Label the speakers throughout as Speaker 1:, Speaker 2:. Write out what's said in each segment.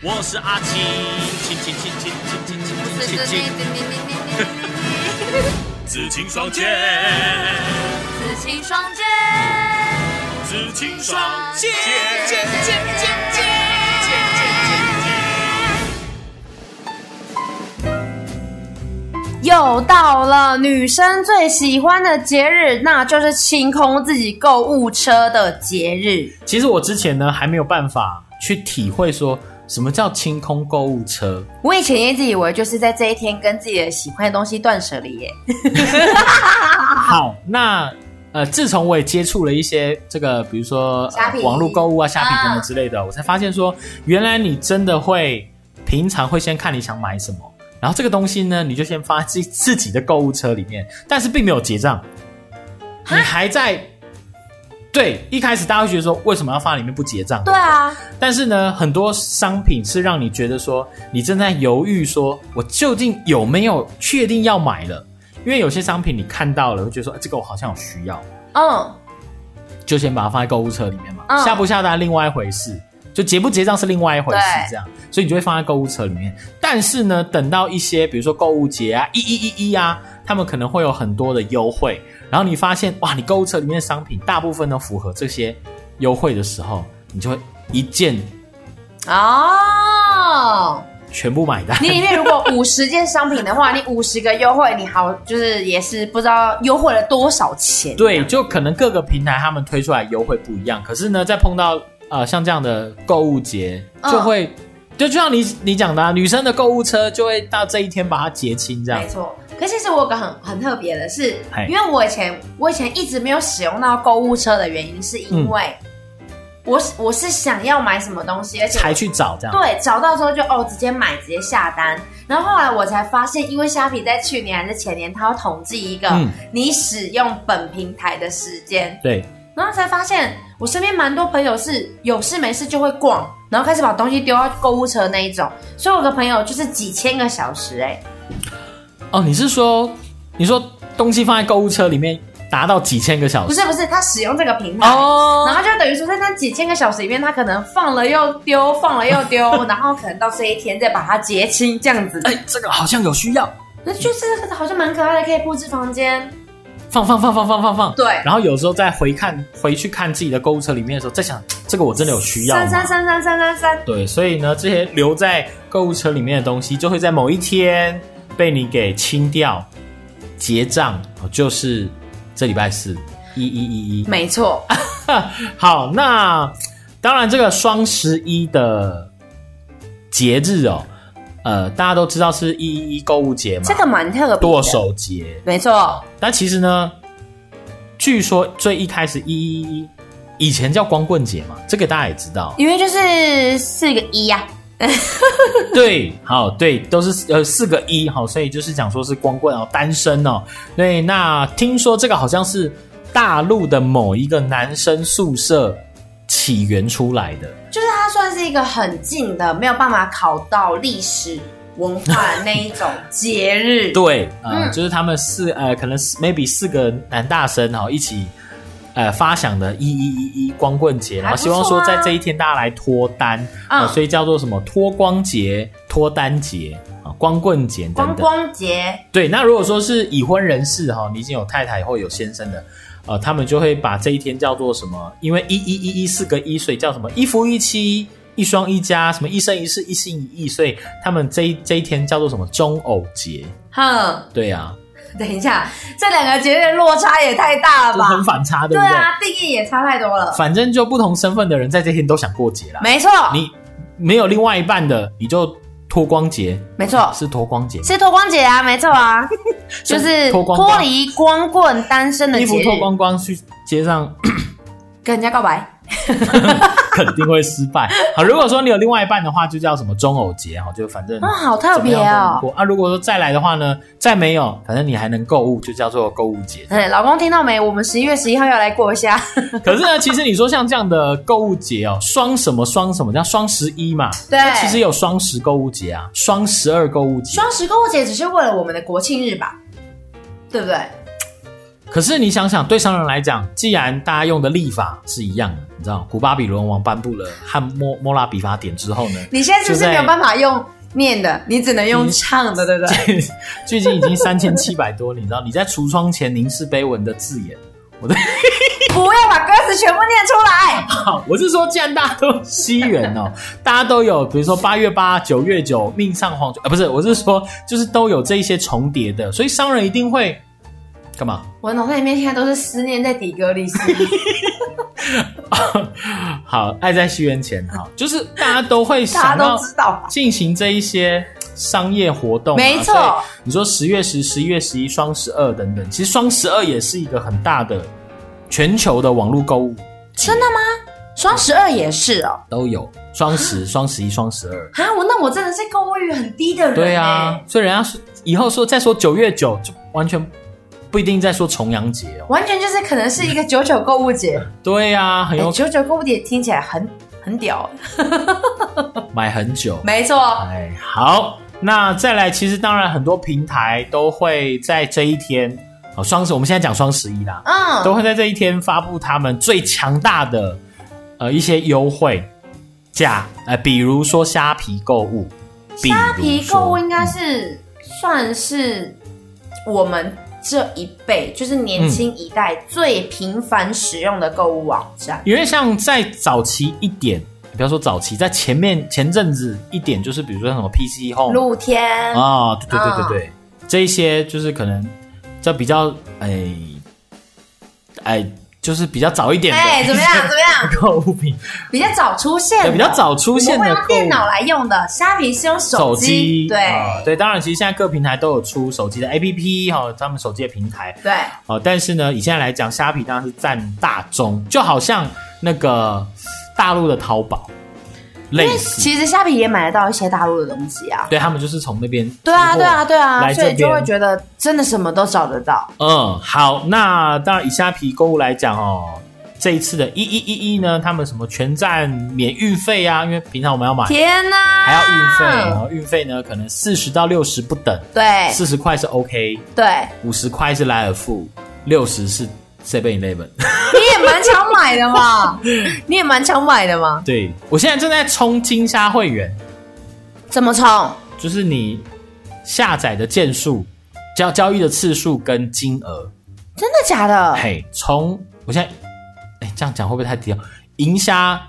Speaker 1: 我是阿青，青青青青青青青青青青，紫青双剑，
Speaker 2: 紫青双剑，
Speaker 1: 紫青双剑，剑剑
Speaker 2: 剑
Speaker 1: 剑
Speaker 2: 剑剑
Speaker 3: 又到了女生最喜欢的节日，那就是清空自己购物车的节日。
Speaker 4: 其实我之前呢还没有办法去体会说什么叫清空购物车，
Speaker 3: 我以前一直以为就是在这一天跟自己的喜欢的东西断舍离耶。
Speaker 4: 好，那呃，自从我也接触了一些这个，比如说、呃
Speaker 3: 虾皮
Speaker 4: 网络购物啊、虾皮
Speaker 3: 啊
Speaker 4: 等等之类的，我才发现说，原来你真的会平常会先看你想买什么，然后这个东西呢，你就先发自自己的购物车里面， 但是并没有结账，你还在。对，一开始大家会觉得说，为什么要放在里面不结账？
Speaker 3: 对啊，
Speaker 4: 但是呢，很多商品是让你觉得说你正在犹豫说，我究竟有没有确定要买了？因为有些商品你看到了，会觉得说、哎这个我好像有需要，
Speaker 3: 嗯，
Speaker 4: 就先把它放在购物车里面嘛。
Speaker 3: 嗯
Speaker 4: 下不下单另外一回事，就结不结账是另外一回事
Speaker 3: 对，
Speaker 4: 这样，所以你就会放在购物车里面。但是呢，等到一些比如说购物节啊，一一一一啊，他们可能会有很多的优惠，然后你发现哇，你购物车里面的商品大部分都符合这些优惠的时候，你就会一键
Speaker 3: 哦，
Speaker 4: 全部买单。
Speaker 3: 你里面如果五十件商品的话，你五十个优惠，你好就是也是不知道优惠了多少钱。
Speaker 4: 对，就可能各个平台他们推出来优惠不一样，可是呢，在碰到呃像这样的购物节，
Speaker 3: 嗯
Speaker 4: 就会、就就像你你讲的、啊，女生的购物车就会到这一天把它结清这样
Speaker 3: 没。错。可是其实我有个很很特别的是
Speaker 4: 嗨，
Speaker 3: 因为我以前我以前一直没有使用到购物车的原因，是因为
Speaker 4: 嗯
Speaker 3: 我、是我是想要买什么东西，而且
Speaker 4: 才去找这样，
Speaker 3: 对找到之后就哦直接买直接下单。然后后来我才发现，因为虾皮在去年还是前年，它要统计一个
Speaker 4: 嗯
Speaker 3: 你使用本平台的时间，
Speaker 4: 对，
Speaker 3: 然后才发现我身边蛮多朋友是有事没事就会逛，然后开始把东西丢到购物车那一种。所以我有个朋友就是几千个小时、哎，
Speaker 4: 哦，你是说你说东西放在购物车里面达到几千个小
Speaker 3: 不
Speaker 4: 时？
Speaker 3: 是不是，他使用这个平台。
Speaker 4: 哦
Speaker 3: 然，后就等于说，在那几千个小时里面，他可能放了又丢，放了又 丢，然后可能到这一天再把它结清，这样子，
Speaker 4: 哎，这个好像有需要，
Speaker 3: 那就是好像蛮可爱的，可以布置房间。
Speaker 4: 放放放放放放放。
Speaker 3: 对，
Speaker 4: 然后有时候再回看回去看自己的购物车里面的时候，在想这个我真的有需要吗？
Speaker 3: 三三三三三三三，
Speaker 4: 对，所以呢，这些留在购物车里面的东西，就会在某一天被你给清掉，结账，哦就是这礼拜四一一一 一。
Speaker 3: 没错，
Speaker 4: 好，那当然这个双十一的节日哦，呃，大家都知道是一一一购物节嘛，
Speaker 3: 这个蛮特别的。
Speaker 4: 剁，手节。
Speaker 3: 没错，
Speaker 4: 那其实呢，据说最一开始一一一以前叫光棍节嘛，这个大家也知道。
Speaker 3: 因为就是四个一啊呀、
Speaker 4: 对，好，对，都是呃四个一，好，所以就是讲说是光棍哦，单身哦。对，那听说这个好像是大陆的某一个男生宿舍起源出来的，
Speaker 3: 就是它算是一个很近的，没有办法考到历史文化的那一种节 日。
Speaker 4: 对，呃，
Speaker 3: 嗯
Speaker 4: 就是他们四呃，可能是 maybe 四个男大生哦一起。呃，发想的“一一一一”光棍节，然后
Speaker 3: 还不
Speaker 4: 希
Speaker 3: 错啊
Speaker 4: 望说在这一天大家来脱单，
Speaker 3: 嗯
Speaker 4: 啊、所以叫做什么脱光节、脱单节啊、光棍节等等。
Speaker 3: 光光节，
Speaker 4: 对，那如果说是已婚人士哈，你已经有太太或有先生的，呃，他们就会把这一天叫做什么？因为一一一一四个一，所以叫什么一夫一妻、一双一家，什么一生一世、一心一意，所以他们这一这一天叫做什么中偶节？
Speaker 3: 哼，
Speaker 4: 对啊，
Speaker 3: 等一下，这两个节日的落差也太大了
Speaker 4: 就很
Speaker 3: 吧？
Speaker 4: 反差，对
Speaker 3: 对
Speaker 4: 不对？
Speaker 3: 啊，定义也差太多了。
Speaker 4: 反正就不同身份的人在这一天都想过节啦。
Speaker 3: 没错，
Speaker 4: 你没有另外一半的，你就脱光节，
Speaker 3: 没错，
Speaker 4: 是脱光节吗，
Speaker 3: 是脱光节啊，没错 啊，就是
Speaker 4: 脱光
Speaker 3: 脱
Speaker 4: 光
Speaker 3: 离光棍单身的
Speaker 4: 衣服
Speaker 3: 节日，
Speaker 4: 脱光光去街上
Speaker 3: 跟人家告白。
Speaker 4: 肯定会失败。好，如果说你有另外一半的话，就叫什么中偶节哈，就反正
Speaker 3: 哇、啊好特
Speaker 4: 怎么
Speaker 3: 别
Speaker 4: 样都能
Speaker 3: 哦！。
Speaker 4: 过啊。如果说再来的话呢，再没有，反正你还能购物，就叫做购物节
Speaker 3: 嗯，老公听到没？我们十一月十一号要来过一下。
Speaker 4: 可是呢，其实你说像这样的购物节哦，双什么双什么叫双十一嘛？
Speaker 3: 对
Speaker 4: 那其实有双十购物节啊，双十二购物节。
Speaker 3: 双十购物节只是为了我们的国庆日吧？对不对？
Speaker 4: 可是你想想，对商人来讲，既然大家用的历法是一样的，你知道，古巴比伦王颁布了汉谟莫拉比法典之后呢，
Speaker 3: 你现在是
Speaker 4: 就
Speaker 3: 不
Speaker 4: 是在
Speaker 3: 没有办法用念的，你只能用唱的，对不 对？
Speaker 4: 距今已经三千七百多年，你知道，你在橱窗前凝视碑文的字眼，
Speaker 3: 不要把歌词全部念出来。哎
Speaker 4: 好，我是说，既然大家都西元哦， 大家都有，比如说八月八、九月九、命上黄泉，啊，不是，我是说，就是都有这一些重叠的，所以商人一定会干嘛？
Speaker 3: 我脑袋里面现在都是思念在底格里斯，
Speaker 4: 好，爱在西元前哈，就是大家都会
Speaker 3: 大家
Speaker 4: 想
Speaker 3: 都
Speaker 4: 要
Speaker 3: 知道吧？
Speaker 4: 进行这一些商业活动啊、
Speaker 3: 没错
Speaker 4: 所以你说十月十、十一月十一、双十二等等，其实双十二也是一个很大的全球的网络购物
Speaker 3: 真的吗？双十二也是哦。
Speaker 4: 都有，双 十、双十一、双十二。
Speaker 3: 啊，我那我真的是购物欲很低的人、欸。
Speaker 4: 对啊，，所以人家说以后说再说九月九，就完全不一定在说重阳节哦。
Speaker 3: 完全就是可能是一个九九购物 节。哎
Speaker 4: 对啊，很有
Speaker 3: 九九购物节听起来很很屌、
Speaker 4: 买很久。
Speaker 3: 没错，
Speaker 4: 哎，好，那再来，其实当然很多平台都会在这一天，哦，双十，我们现在讲双十一啦，
Speaker 3: 嗯，
Speaker 4: 都会在这一天发布他们最强大的呃一些优惠价，呃，比如说虾皮购物，比如
Speaker 3: 虾皮购物应该
Speaker 4: 说嗯
Speaker 3: 是算是我们这一辈，就是年轻一代最频繁使用的购物网站。
Speaker 4: 因为像在早期一点，不要说早期，在前面前阵子一点，就是比如说什么 PC Home
Speaker 3: 露天，
Speaker 4: 哦啊、对对对对对，这一些就是可能这比较哎哎，就是比较早一点的，
Speaker 3: 哎、怎么样？ 怎么样？
Speaker 4: 购物品，
Speaker 3: 比较早出现的，
Speaker 4: 对，比较早出现
Speaker 3: 我们
Speaker 4: 的
Speaker 3: 会用啊
Speaker 4: 购物
Speaker 3: 电。脑来用的，虾皮是用
Speaker 4: 手
Speaker 3: 机，对、
Speaker 4: 啊对，当然，其实现在各平台都有出手机的 APP 哈、哦，他们手机的平台
Speaker 3: 对，
Speaker 4: 哦，但是呢，以现在来讲，虾皮当然是占大宗，就好像那个大陆的淘宝类
Speaker 3: 因为
Speaker 4: 似，
Speaker 3: 其实虾皮也买得到一些大陆的东西啊。
Speaker 4: 对他们就是从那边
Speaker 3: 对啊，
Speaker 4: 出货
Speaker 3: 对啊，，对啊，
Speaker 4: 来
Speaker 3: 所以
Speaker 4: 这
Speaker 3: 就会
Speaker 4: 边
Speaker 3: 觉得真的什么都找得到。
Speaker 4: 嗯，好，那当然以虾皮购物来讲哦，这一次的一一一一呢，他们什么全站免运费啊，因为平常我们要买
Speaker 3: 天啊哪，
Speaker 4: 还要运费，然后运费呢可能四十到六十不等，
Speaker 3: 对
Speaker 4: 四十块是 OK，
Speaker 3: 对，
Speaker 4: 五十块是莱尔富，六十是 Seven Eleven。
Speaker 3: 你也蛮常买的 嘛，你也蛮常买的嘛，
Speaker 4: 对我现在正在冲金虾会员，
Speaker 3: 怎么充？
Speaker 4: 就是你下载的件数、交交易的次数跟金额，
Speaker 3: 真的假的？
Speaker 4: 嘿，从我现在，哎，这样讲会不会太低了？银虾，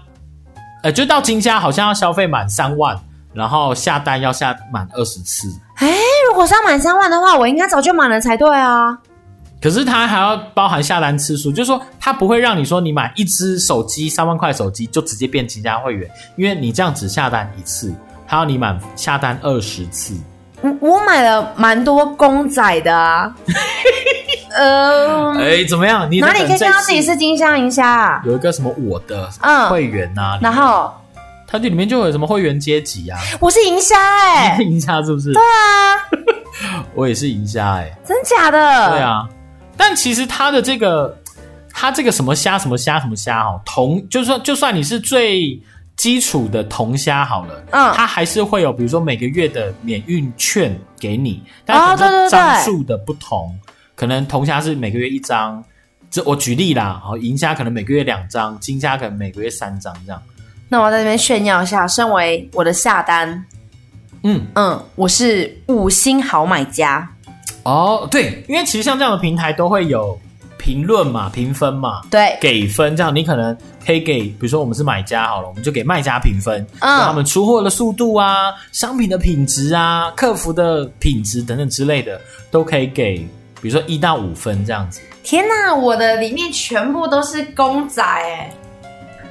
Speaker 4: 呃，就到金虾好像要消费满三万，然后下单要下满二十次，
Speaker 3: 哎，如果是要满三万的话，我应该早就满了才对啊。
Speaker 4: 可是它还要包含下单次数，就是说它不会让你说你买一只手机三万块手机就直接变金虾会员，因为你这样只下单一次，它要你满下单二十次。
Speaker 3: 我我买了蛮多公仔的啊， 呃，
Speaker 4: 哎，怎么样？你
Speaker 3: 哪里可
Speaker 4: 在
Speaker 3: 以看
Speaker 4: 等
Speaker 3: 到
Speaker 4: 这
Speaker 3: 自己是金虾银虾啊？
Speaker 4: 有一个什么我的
Speaker 3: 嗯
Speaker 4: 会员呐、
Speaker 3: 然后
Speaker 4: 它这里面就有什么会员阶级啊？
Speaker 3: 我是银虾哎、
Speaker 4: 银虾是不是？
Speaker 3: 对啊， 嗯
Speaker 4: 我也是银虾哎、
Speaker 3: 真假的？
Speaker 4: 对，啊，但其实它的这个，它这个什么虾什么虾什么虾哦，铜就算就算你是最基础的铜虾好了，
Speaker 3: 嗯
Speaker 4: 它还是会有比如说每个月的免运券给你，
Speaker 3: 哦
Speaker 4: 但可
Speaker 3: 对对
Speaker 4: 能
Speaker 3: 对
Speaker 4: 是张数的不同，可能铜虾是每个月一张，这我举例啦，哦，银虾可能每个月两张，金虾可能每个月三张这样，
Speaker 3: 那我在这边炫耀一下，身为我的下单，
Speaker 4: 嗯，
Speaker 3: 嗯，我是五星好买家，
Speaker 4: 哦，对，因为其实像这样的平台都会有评论嘛、评分嘛，
Speaker 3: 对，
Speaker 4: 给分，这样你可能可以给，比如说我们是买家好了，我们就给卖家评分，
Speaker 3: 嗯
Speaker 4: 让他们出货的速度啊、商品的品质啊、客服的品质等等之类的，都可以给，比如说一到五分这样子。
Speaker 3: 天哪，我的里面全部都是公仔哎、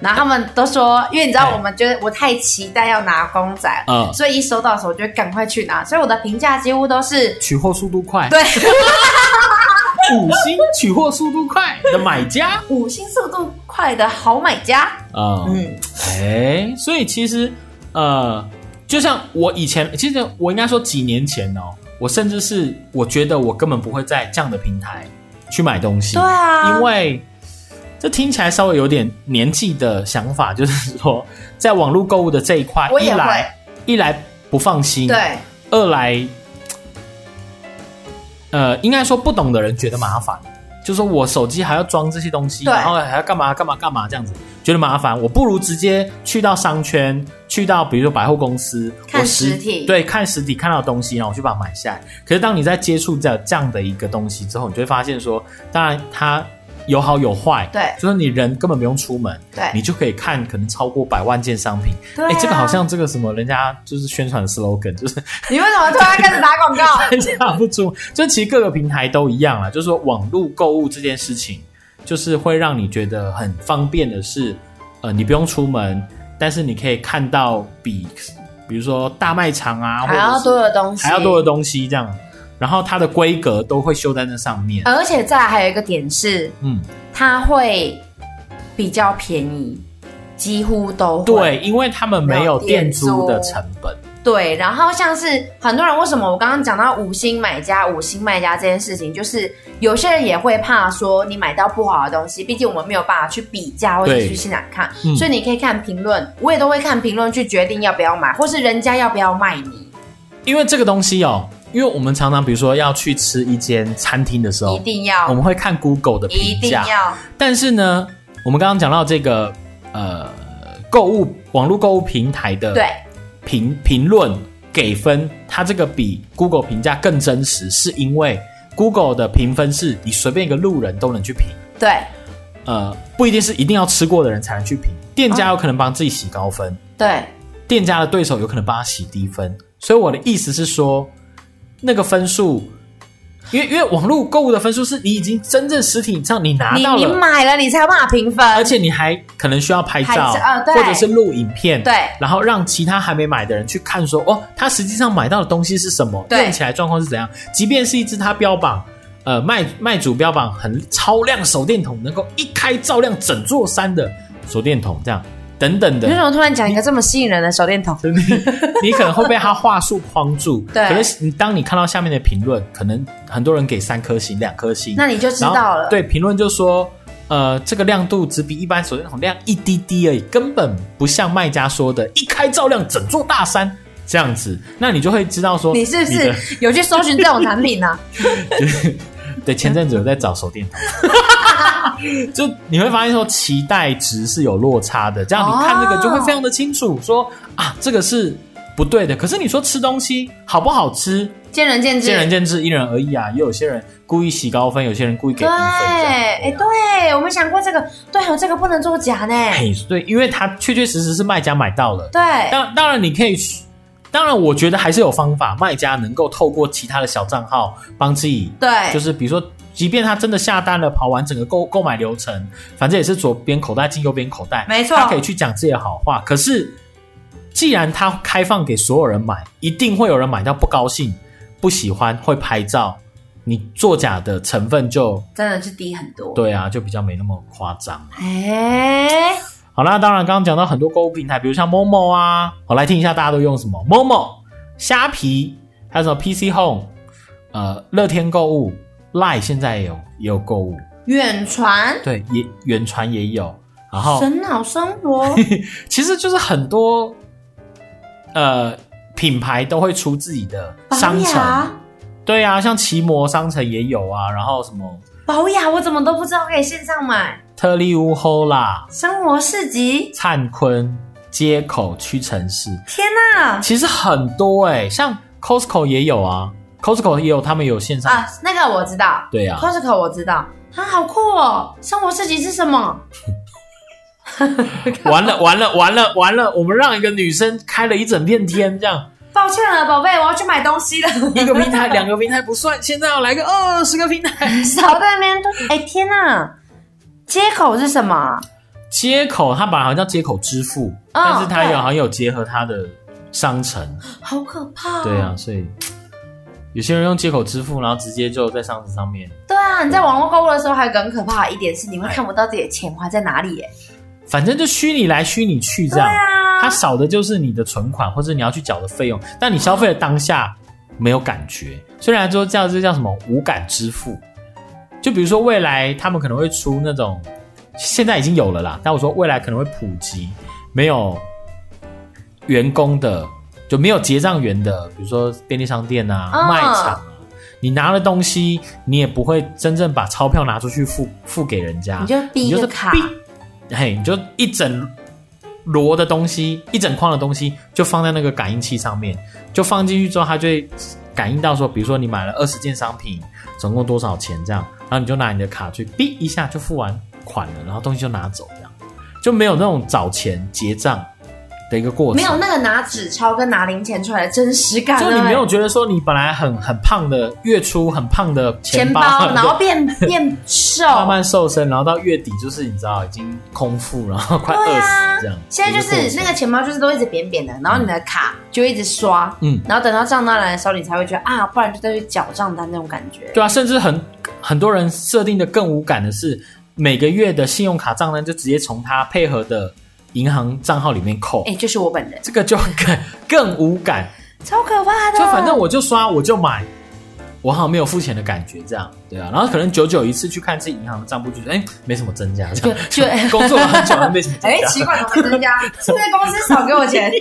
Speaker 3: 然后他们都说，因为你知道，
Speaker 4: 哎
Speaker 3: 我们觉得我太期待要拿公仔，
Speaker 4: 嗯
Speaker 3: 所以一收到的时候我就赶快去拿，所以我的评价几乎都是
Speaker 4: 取货速度快，
Speaker 3: 对
Speaker 4: 五星取货速度快的买家，
Speaker 3: 五星速度快的好买家，
Speaker 4: 嗯，
Speaker 3: 嗯，
Speaker 4: 哎，所以其实呃，就像我以前，其实我应该说几年前哦，我甚至是我觉得我根本不会在这样的平台去买东西，
Speaker 3: 对啊，
Speaker 4: 因为这听起来稍微有点年纪的想法，就是说，在网络购物的这一块，
Speaker 3: 我
Speaker 4: 一
Speaker 3: 也会
Speaker 4: 来一来不放心，
Speaker 3: 对，
Speaker 4: 二来，呃，应该说不懂的人觉得麻烦，就说我手机还要装这些东西，
Speaker 3: 对
Speaker 4: 然后还要干嘛干嘛干嘛这样子，觉得麻烦，我不如直接去到商圈，去到比如说百货公司，
Speaker 3: 看
Speaker 4: 我
Speaker 3: 实体
Speaker 4: 对，看实体看到的东西，然后我去把它买下来。可是当你在接触这这样的一个东西之后，你就会发现说，当然它有好有坏，
Speaker 3: 对
Speaker 4: 就是你人根本不用出门，
Speaker 3: 对
Speaker 4: 你就可以看可能超过百万件商品。
Speaker 3: 对啊
Speaker 4: 诶这个好像这个什么人家就是宣传的 slogan，就是
Speaker 3: 你为什么突然开始打广告？
Speaker 4: 架不住。就其实各个平台都一样啊啦，就是说网络购物这件事情，就是会让你觉得很方便的是，呃，你不用出门，但是你可以看到比比如说大卖场啊，或
Speaker 3: 还要
Speaker 4: 者
Speaker 3: 多的东
Speaker 4: 是
Speaker 3: 西，
Speaker 4: 还要多的东西这样，然后它的规格都会修在那上面。
Speaker 3: 而且再来还有一个点是，
Speaker 4: 嗯，
Speaker 3: 它会比较便宜，几乎都会
Speaker 4: 对，因为他们没有
Speaker 3: 没有店
Speaker 4: 店租的
Speaker 3: 租
Speaker 4: 成本。
Speaker 3: 对。然后像是很多人为什么我刚刚讲到五星买家、五星卖家这件事情，就是有些人也会怕说你买到不好的东西，毕竟我们没有办法去比价或者
Speaker 4: 对
Speaker 3: 去现场看，
Speaker 4: 嗯
Speaker 3: 所以你可以看评论，我也都会看评论去决定要不要买，或是人家要不要卖你，
Speaker 4: 因为这个东西哦，因为我们常常比如说要去吃一间餐厅的时候
Speaker 3: 一，定
Speaker 4: 我
Speaker 3: 要，
Speaker 4: 们会看 Google 的
Speaker 3: 一
Speaker 4: 评
Speaker 3: 定
Speaker 4: 价，
Speaker 3: 要，
Speaker 4: 但是呢，我们刚刚讲到这个呃购物网络购物平台的
Speaker 3: 对
Speaker 4: 评评论给分，它这个比 Google 评价更真实，是因为 Google 的评分是你随便一个路人都能去评，
Speaker 3: 对
Speaker 4: 呃，不一定是一定要吃过的人才能去评，店家有可能帮自己洗高分，
Speaker 3: 对
Speaker 4: 店家的对手有可能帮他洗低分，所以我的意思是说，那个分数。因为因为网络购物的分数是你已经真正实体上你拿
Speaker 3: 你
Speaker 4: 到了，
Speaker 3: 你买了你才有办法评分，
Speaker 4: 而且你还可能需要拍
Speaker 3: 拍
Speaker 4: 照，
Speaker 3: 照啊对
Speaker 4: 或者是录影片，
Speaker 3: 对
Speaker 4: 然后让其他还没买的人去看说，哦，他实际上买到的东西是什么，
Speaker 3: 对
Speaker 4: 用起来状况是怎样。即便是一只他标榜，呃，卖卖主标榜很超亮手电筒，能够一开照亮整座山的手电筒，这样等等
Speaker 3: 你为什
Speaker 4: 的。
Speaker 3: 么突然讲一个这么吸引人的手电筒？
Speaker 4: 你你可能会被他话术框住，
Speaker 3: 对
Speaker 4: 可是你当你看到下面的评论，可能很多人给三颗星、两颗星，
Speaker 3: 那你就知
Speaker 4: 然后
Speaker 3: 道了。
Speaker 4: 对，评论就说，呃，这个亮度只比一般手电筒亮一滴滴而已，根本不像卖家说的一开照亮整座大山这样子。那你就会知道说，
Speaker 3: 你是不
Speaker 4: 的
Speaker 3: 是有去搜寻这种产品呢、啊
Speaker 4: 对，前阵子有在找手电 筒，就你会发现说期待值是有落差的，这样你看这个就会非常的清楚，说啊，这个是。不对的，可是你说吃东西好不好吃，
Speaker 3: 见仁见 智，
Speaker 4: 见仁见智，因人而异啊。也有些人故意洗高分，有些人故意给低
Speaker 3: 对，
Speaker 4: 分。这样
Speaker 3: 哎、
Speaker 4: 对啊
Speaker 3: 对我没想过这个，对哦，这个不能作假呢。
Speaker 4: 哎，对，因为它确确实实是卖家买到了。
Speaker 3: 对，
Speaker 4: 当当然你可以去，当然我觉得还是有方法，卖家能够透过其他的小账号帮自己，
Speaker 3: 对
Speaker 4: 就是比如说，即便他真的下单了，跑完整个购购买流程，反正也是左边口袋进右边口袋，
Speaker 3: 没错
Speaker 4: 他可以去讲自己的好话。可是，既然他开放给所有人买，一定会有人买到不高兴、不喜欢、会拍照，你作假的成分就
Speaker 3: 真的是低很多。
Speaker 4: 对啊，就比较没那么夸张。
Speaker 3: 哎、
Speaker 4: 好啦，当然刚刚讲到很多购物平台，比如像 Momo 啊，我来听一下大家都用什么，Momo、虾皮，还有什么 PC Home，呃，乐天购物，Line 现在也有也有购物，
Speaker 3: 远传、
Speaker 4: 对，也远传也有，然后
Speaker 3: 神脑生 活，
Speaker 4: 其实就是很多呃品牌都会出自己的
Speaker 3: 保
Speaker 4: 商城，
Speaker 3: 雅，
Speaker 4: 对啊，像奇摩商城也有啊，然后什么
Speaker 3: 保雅，我怎么都不知道可以线上买。
Speaker 4: 特利乌后啦、
Speaker 3: 生活市集，
Speaker 4: 灿坤、街口、屈臣氏，
Speaker 3: 天 哪！
Speaker 4: 其实很多哎、像 Costco 也有啊，Costco 也有，他们有线上。
Speaker 3: 啊，那个我知道
Speaker 4: 对 啊，
Speaker 3: ，Costco 我知道，啊，好酷哦！生活市集是什么？
Speaker 4: 完了完了完了完了，我们让一个女生开了一整片天，这 样
Speaker 3: 抱歉了，宝贝，我要去买东西了。
Speaker 4: 一个平台两个平台不算，现在要来个二十个平 台。
Speaker 3: 少在那边都，哎、天哪！接口是什么啊？
Speaker 4: 接口它本来好像叫接口支付，但是它有
Speaker 3: 哦对
Speaker 4: 好像有结合它的商城，
Speaker 3: 好可怕、哦！
Speaker 4: 对啊，，所以有些人用接口支付，然后直接就在商城上面。
Speaker 3: 对啊，你在网络购物的时候，还有一个很可怕的一点是，你会看不到自己的钱花在哪里、耶。
Speaker 4: 反正就虚拟来虚拟去这
Speaker 3: 对
Speaker 4: 样，
Speaker 3: 啊，
Speaker 4: 它少的就是你的存款或者你要去缴的费用，但你消费的当下没有感觉。虽然说叫这叫什么无感支付，就比如说未来他们可能会出那种，现在已经有了啦，但我说未来可能会普及没有员工的，就没有结账员的，比如说便利商店啊、
Speaker 3: 嗯
Speaker 4: 卖场啊，你拿了东西，你也不会真正把钞票拿出去付付给人家，
Speaker 3: 你就逼
Speaker 4: 你
Speaker 3: 一
Speaker 4: 就是
Speaker 3: 个卡，
Speaker 4: 哔嘿，你就一整摞的东西，一整筐的东西就放在那个感应器上面，就放进去之后，它就会感应到说，比如说你买了二十件商品，总共多少钱这样，然后你就拿你的卡去哔一下就付完款了，然后东西就拿走这样，就没有那种找钱结账的一个过程，
Speaker 3: 没有那个拿纸钞跟拿零钱出来的哎真实感，
Speaker 4: 就
Speaker 3: 对
Speaker 4: 你
Speaker 3: 不
Speaker 4: 没
Speaker 3: 对
Speaker 4: 有觉得说你本来很很胖的月初很胖的
Speaker 3: 钱
Speaker 4: 包，
Speaker 3: 包，然后 变变瘦，
Speaker 4: 慢慢瘦身，然后到月底就是你知道已经空腹，然后快
Speaker 3: 对
Speaker 4: 饿
Speaker 3: 啊
Speaker 4: 死这样。
Speaker 3: 现在就
Speaker 4: 有一
Speaker 3: 是
Speaker 4: 过
Speaker 3: 那
Speaker 4: 程
Speaker 3: 个钱包就是都一直扁扁的，然后你的卡就一直刷，
Speaker 4: 嗯
Speaker 3: 然后等到账单来的时候，你才会觉得啊，不然就再去缴账单那种感觉。
Speaker 4: 对啊，甚至很很多人设定的更无感的是，每个月的信用卡账单就直接从他配合的银行账号里面扣，
Speaker 3: 哎、就是我本人，
Speaker 4: 这个就更更无 感。
Speaker 3: 超可怕的。
Speaker 4: 就反正我就刷我就买，我好像没有付钱的感觉这样。对啊，然后可能久久一次去看自己银行的账簿，就觉得哎、没什么增加，这
Speaker 3: 就
Speaker 4: 样
Speaker 3: 就
Speaker 4: 工作了很久了没什么增
Speaker 3: 哎、
Speaker 4: 加
Speaker 3: 奇怪，怎么 增加？是不是公司少给我钱？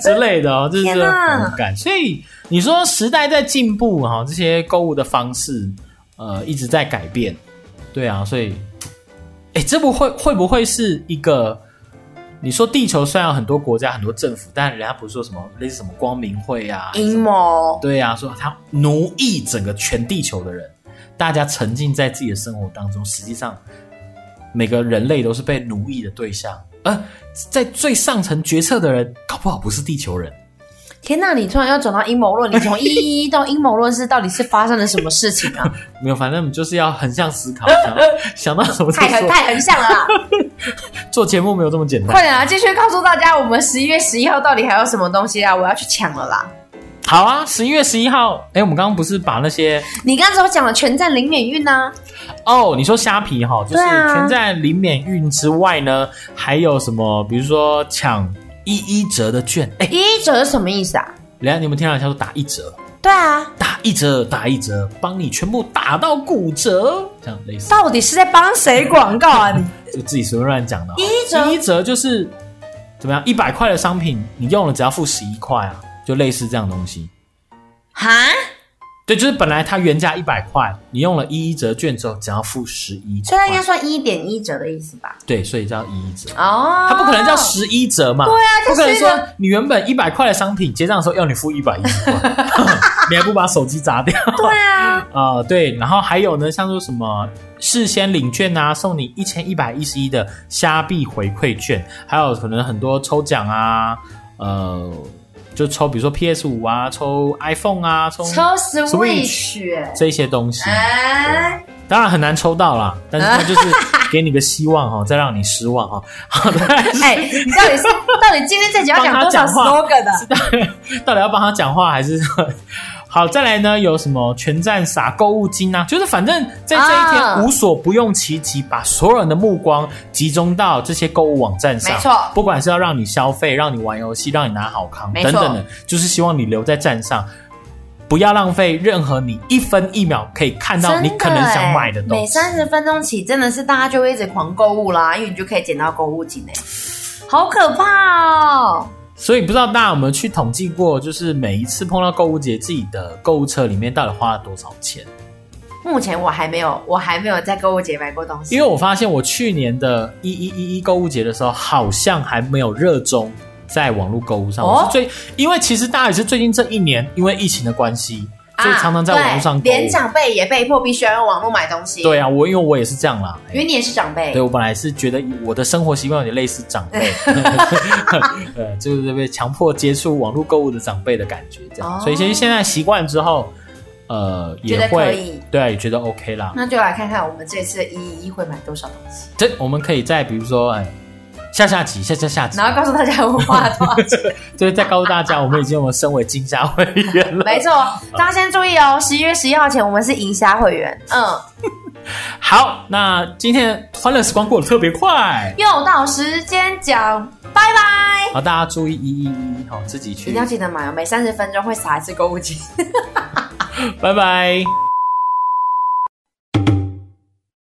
Speaker 4: 之类的哦，这是
Speaker 3: 天哪
Speaker 4: 很无感。所以你说时代在进步哈、这些购物的方式呃一直在改变，对啊，所以哎，这不会会不会是一个？你说地球虽然有很多国家、很多政府，但人家不是说什么类似什么光明会啊，
Speaker 3: 阴谋，
Speaker 4: 对啊，说他奴役整个全地球的人，大家沉浸在自己的生活当中，实际上每个人类都是被奴役的对象。呃，在最上层决策的人，搞不好不是地球人。
Speaker 3: 天哪！你突然要转到阴谋论，你从一一一到阴谋论是到底是发生了什么事情 啊？
Speaker 4: 没有，反正我们就是要横向思 考，想到想到什么就
Speaker 3: 太横
Speaker 4: 说。
Speaker 3: 太横向了 啦！
Speaker 4: 做节目没有这么简单
Speaker 3: 快。点啊，继续告诉大家，我们十一月十一号到底还有什么东西啊？我要去抢了啦！
Speaker 4: 好啊，十一月十一号，哎、我们刚刚不是把那些
Speaker 3: 你刚才我讲了全站零免运啊呢、
Speaker 4: 哦，你说虾皮哈，就是
Speaker 3: 对啊
Speaker 4: 全在零免运之外呢，还有什么？比如说抢一一折的券，哎、
Speaker 3: 一折是什么意思啊？
Speaker 4: 人家你们听到人家说打一折，
Speaker 3: 对啊，
Speaker 4: 打一折，打一折，帮你全部打到骨折，这样类似，
Speaker 3: 到底是在帮谁广告啊？你
Speaker 4: 就自己随便乱讲的哦。
Speaker 3: 一折
Speaker 4: 一折就是怎么样？一百块的商品，你用了只要付十一块啊，就类似这样的东西。
Speaker 3: 哈？
Speaker 4: 对，就是本来它原价一百块，你用了一一折券之后，只要付十一
Speaker 3: 所以它应
Speaker 4: 块
Speaker 3: 该。算一点一折的意思吧？
Speaker 4: 对，所以叫一一折。
Speaker 3: 哦，
Speaker 4: 它不可能叫十一折嘛？对
Speaker 3: 啊
Speaker 4: 不可能
Speaker 3: 就是
Speaker 4: 说
Speaker 3: 一个
Speaker 4: 你原本一百块的商品结账的时候要你付一百一十块， 你还不把手机砸掉？
Speaker 3: 对啊，
Speaker 4: 啊，对，然后还有呢，像说什么事先领券啊，送你一千一百一十一的虾币回馈券，还有可能很多抽奖啊，呃，就抽比如说 PS 五啊，抽 iPhone 啊，抽
Speaker 3: 抽 Switch，
Speaker 4: 这些东西，
Speaker 3: 哎，
Speaker 4: 当然很难抽到啦，但 是它就是给你个希望哦，再让你失望哦。好 的，
Speaker 3: 哎，你到底是到底今天这集要讲
Speaker 4: 帮他
Speaker 3: 多少
Speaker 4: 讲话
Speaker 3: slogan 啊的？
Speaker 4: 到底要帮他讲话还是？ 好，再来呢？有什么全站撒购物金啊？就是反正在这一
Speaker 3: 啊
Speaker 4: 天无所不用其极，把所有人的目光集中到这些购物网站上。
Speaker 3: 没错
Speaker 4: 不管是要让你消费、让你玩游戏、让你拿好康
Speaker 3: 没
Speaker 4: 等
Speaker 3: 错
Speaker 4: 等的，就是希望你留在站上，不要浪费任何你一分一秒可以看到
Speaker 3: 真
Speaker 4: 你
Speaker 3: 的
Speaker 4: 可能想买的
Speaker 3: 哎
Speaker 4: 东
Speaker 3: 每
Speaker 4: 西。
Speaker 3: 三十分钟起，真的是大家就会一直狂购物啦，因为你就可以捡到购物金哎，好可怕哦！
Speaker 4: 所以不知道大家有没有去统计过，就是每一次碰到购物节，自己的购物车里面到底花了多少钱？
Speaker 3: 目前我还没有，我还没有在购物节买过东西，
Speaker 4: 因为我发现我去年的一一一一购物节的时候，好像还没有热衷在网络购物上。
Speaker 3: 哦
Speaker 4: 我是最，因为其实大家也是最近这一年，因为疫情的关系，所以常常在网络上
Speaker 3: 啊
Speaker 4: 购
Speaker 3: 对连
Speaker 4: 物。
Speaker 3: 长辈也被迫必须要用网络买东西。，
Speaker 4: 对啊，我因为我也是这样啦。哎
Speaker 3: 因为你也是长辈
Speaker 4: 对，。我本来是觉得我的生活习惯有点类似长 辈，呃，就是被强迫接触网络购物的长辈的感觉，这样。
Speaker 3: 哦
Speaker 4: 所以其实现在习惯之后，呃，
Speaker 3: 觉
Speaker 4: 也
Speaker 3: 得可
Speaker 4: 会
Speaker 3: 以
Speaker 4: 对，也觉得 OK 啦。
Speaker 3: 那就来看看我们这次一一会买 多少东西，
Speaker 4: 这我们可以再比如说，哎，下下集、下下下集，啊
Speaker 3: 然后告诉大家我花了多少钱。
Speaker 4: 就是在告诉大家，我们已经有身为金家会员了。
Speaker 3: 没错，大家先注意哦，十一月十一号前我们是银虾会员。嗯，
Speaker 4: 好，那今天欢乐时光过得特别快，
Speaker 3: 又到时间讲，拜拜。
Speaker 4: 好，大家注意一一一好，自己
Speaker 3: 一定
Speaker 4: 去
Speaker 3: 要，记得买哦，每三十分钟会撒一次购物金。
Speaker 4: 拜拜。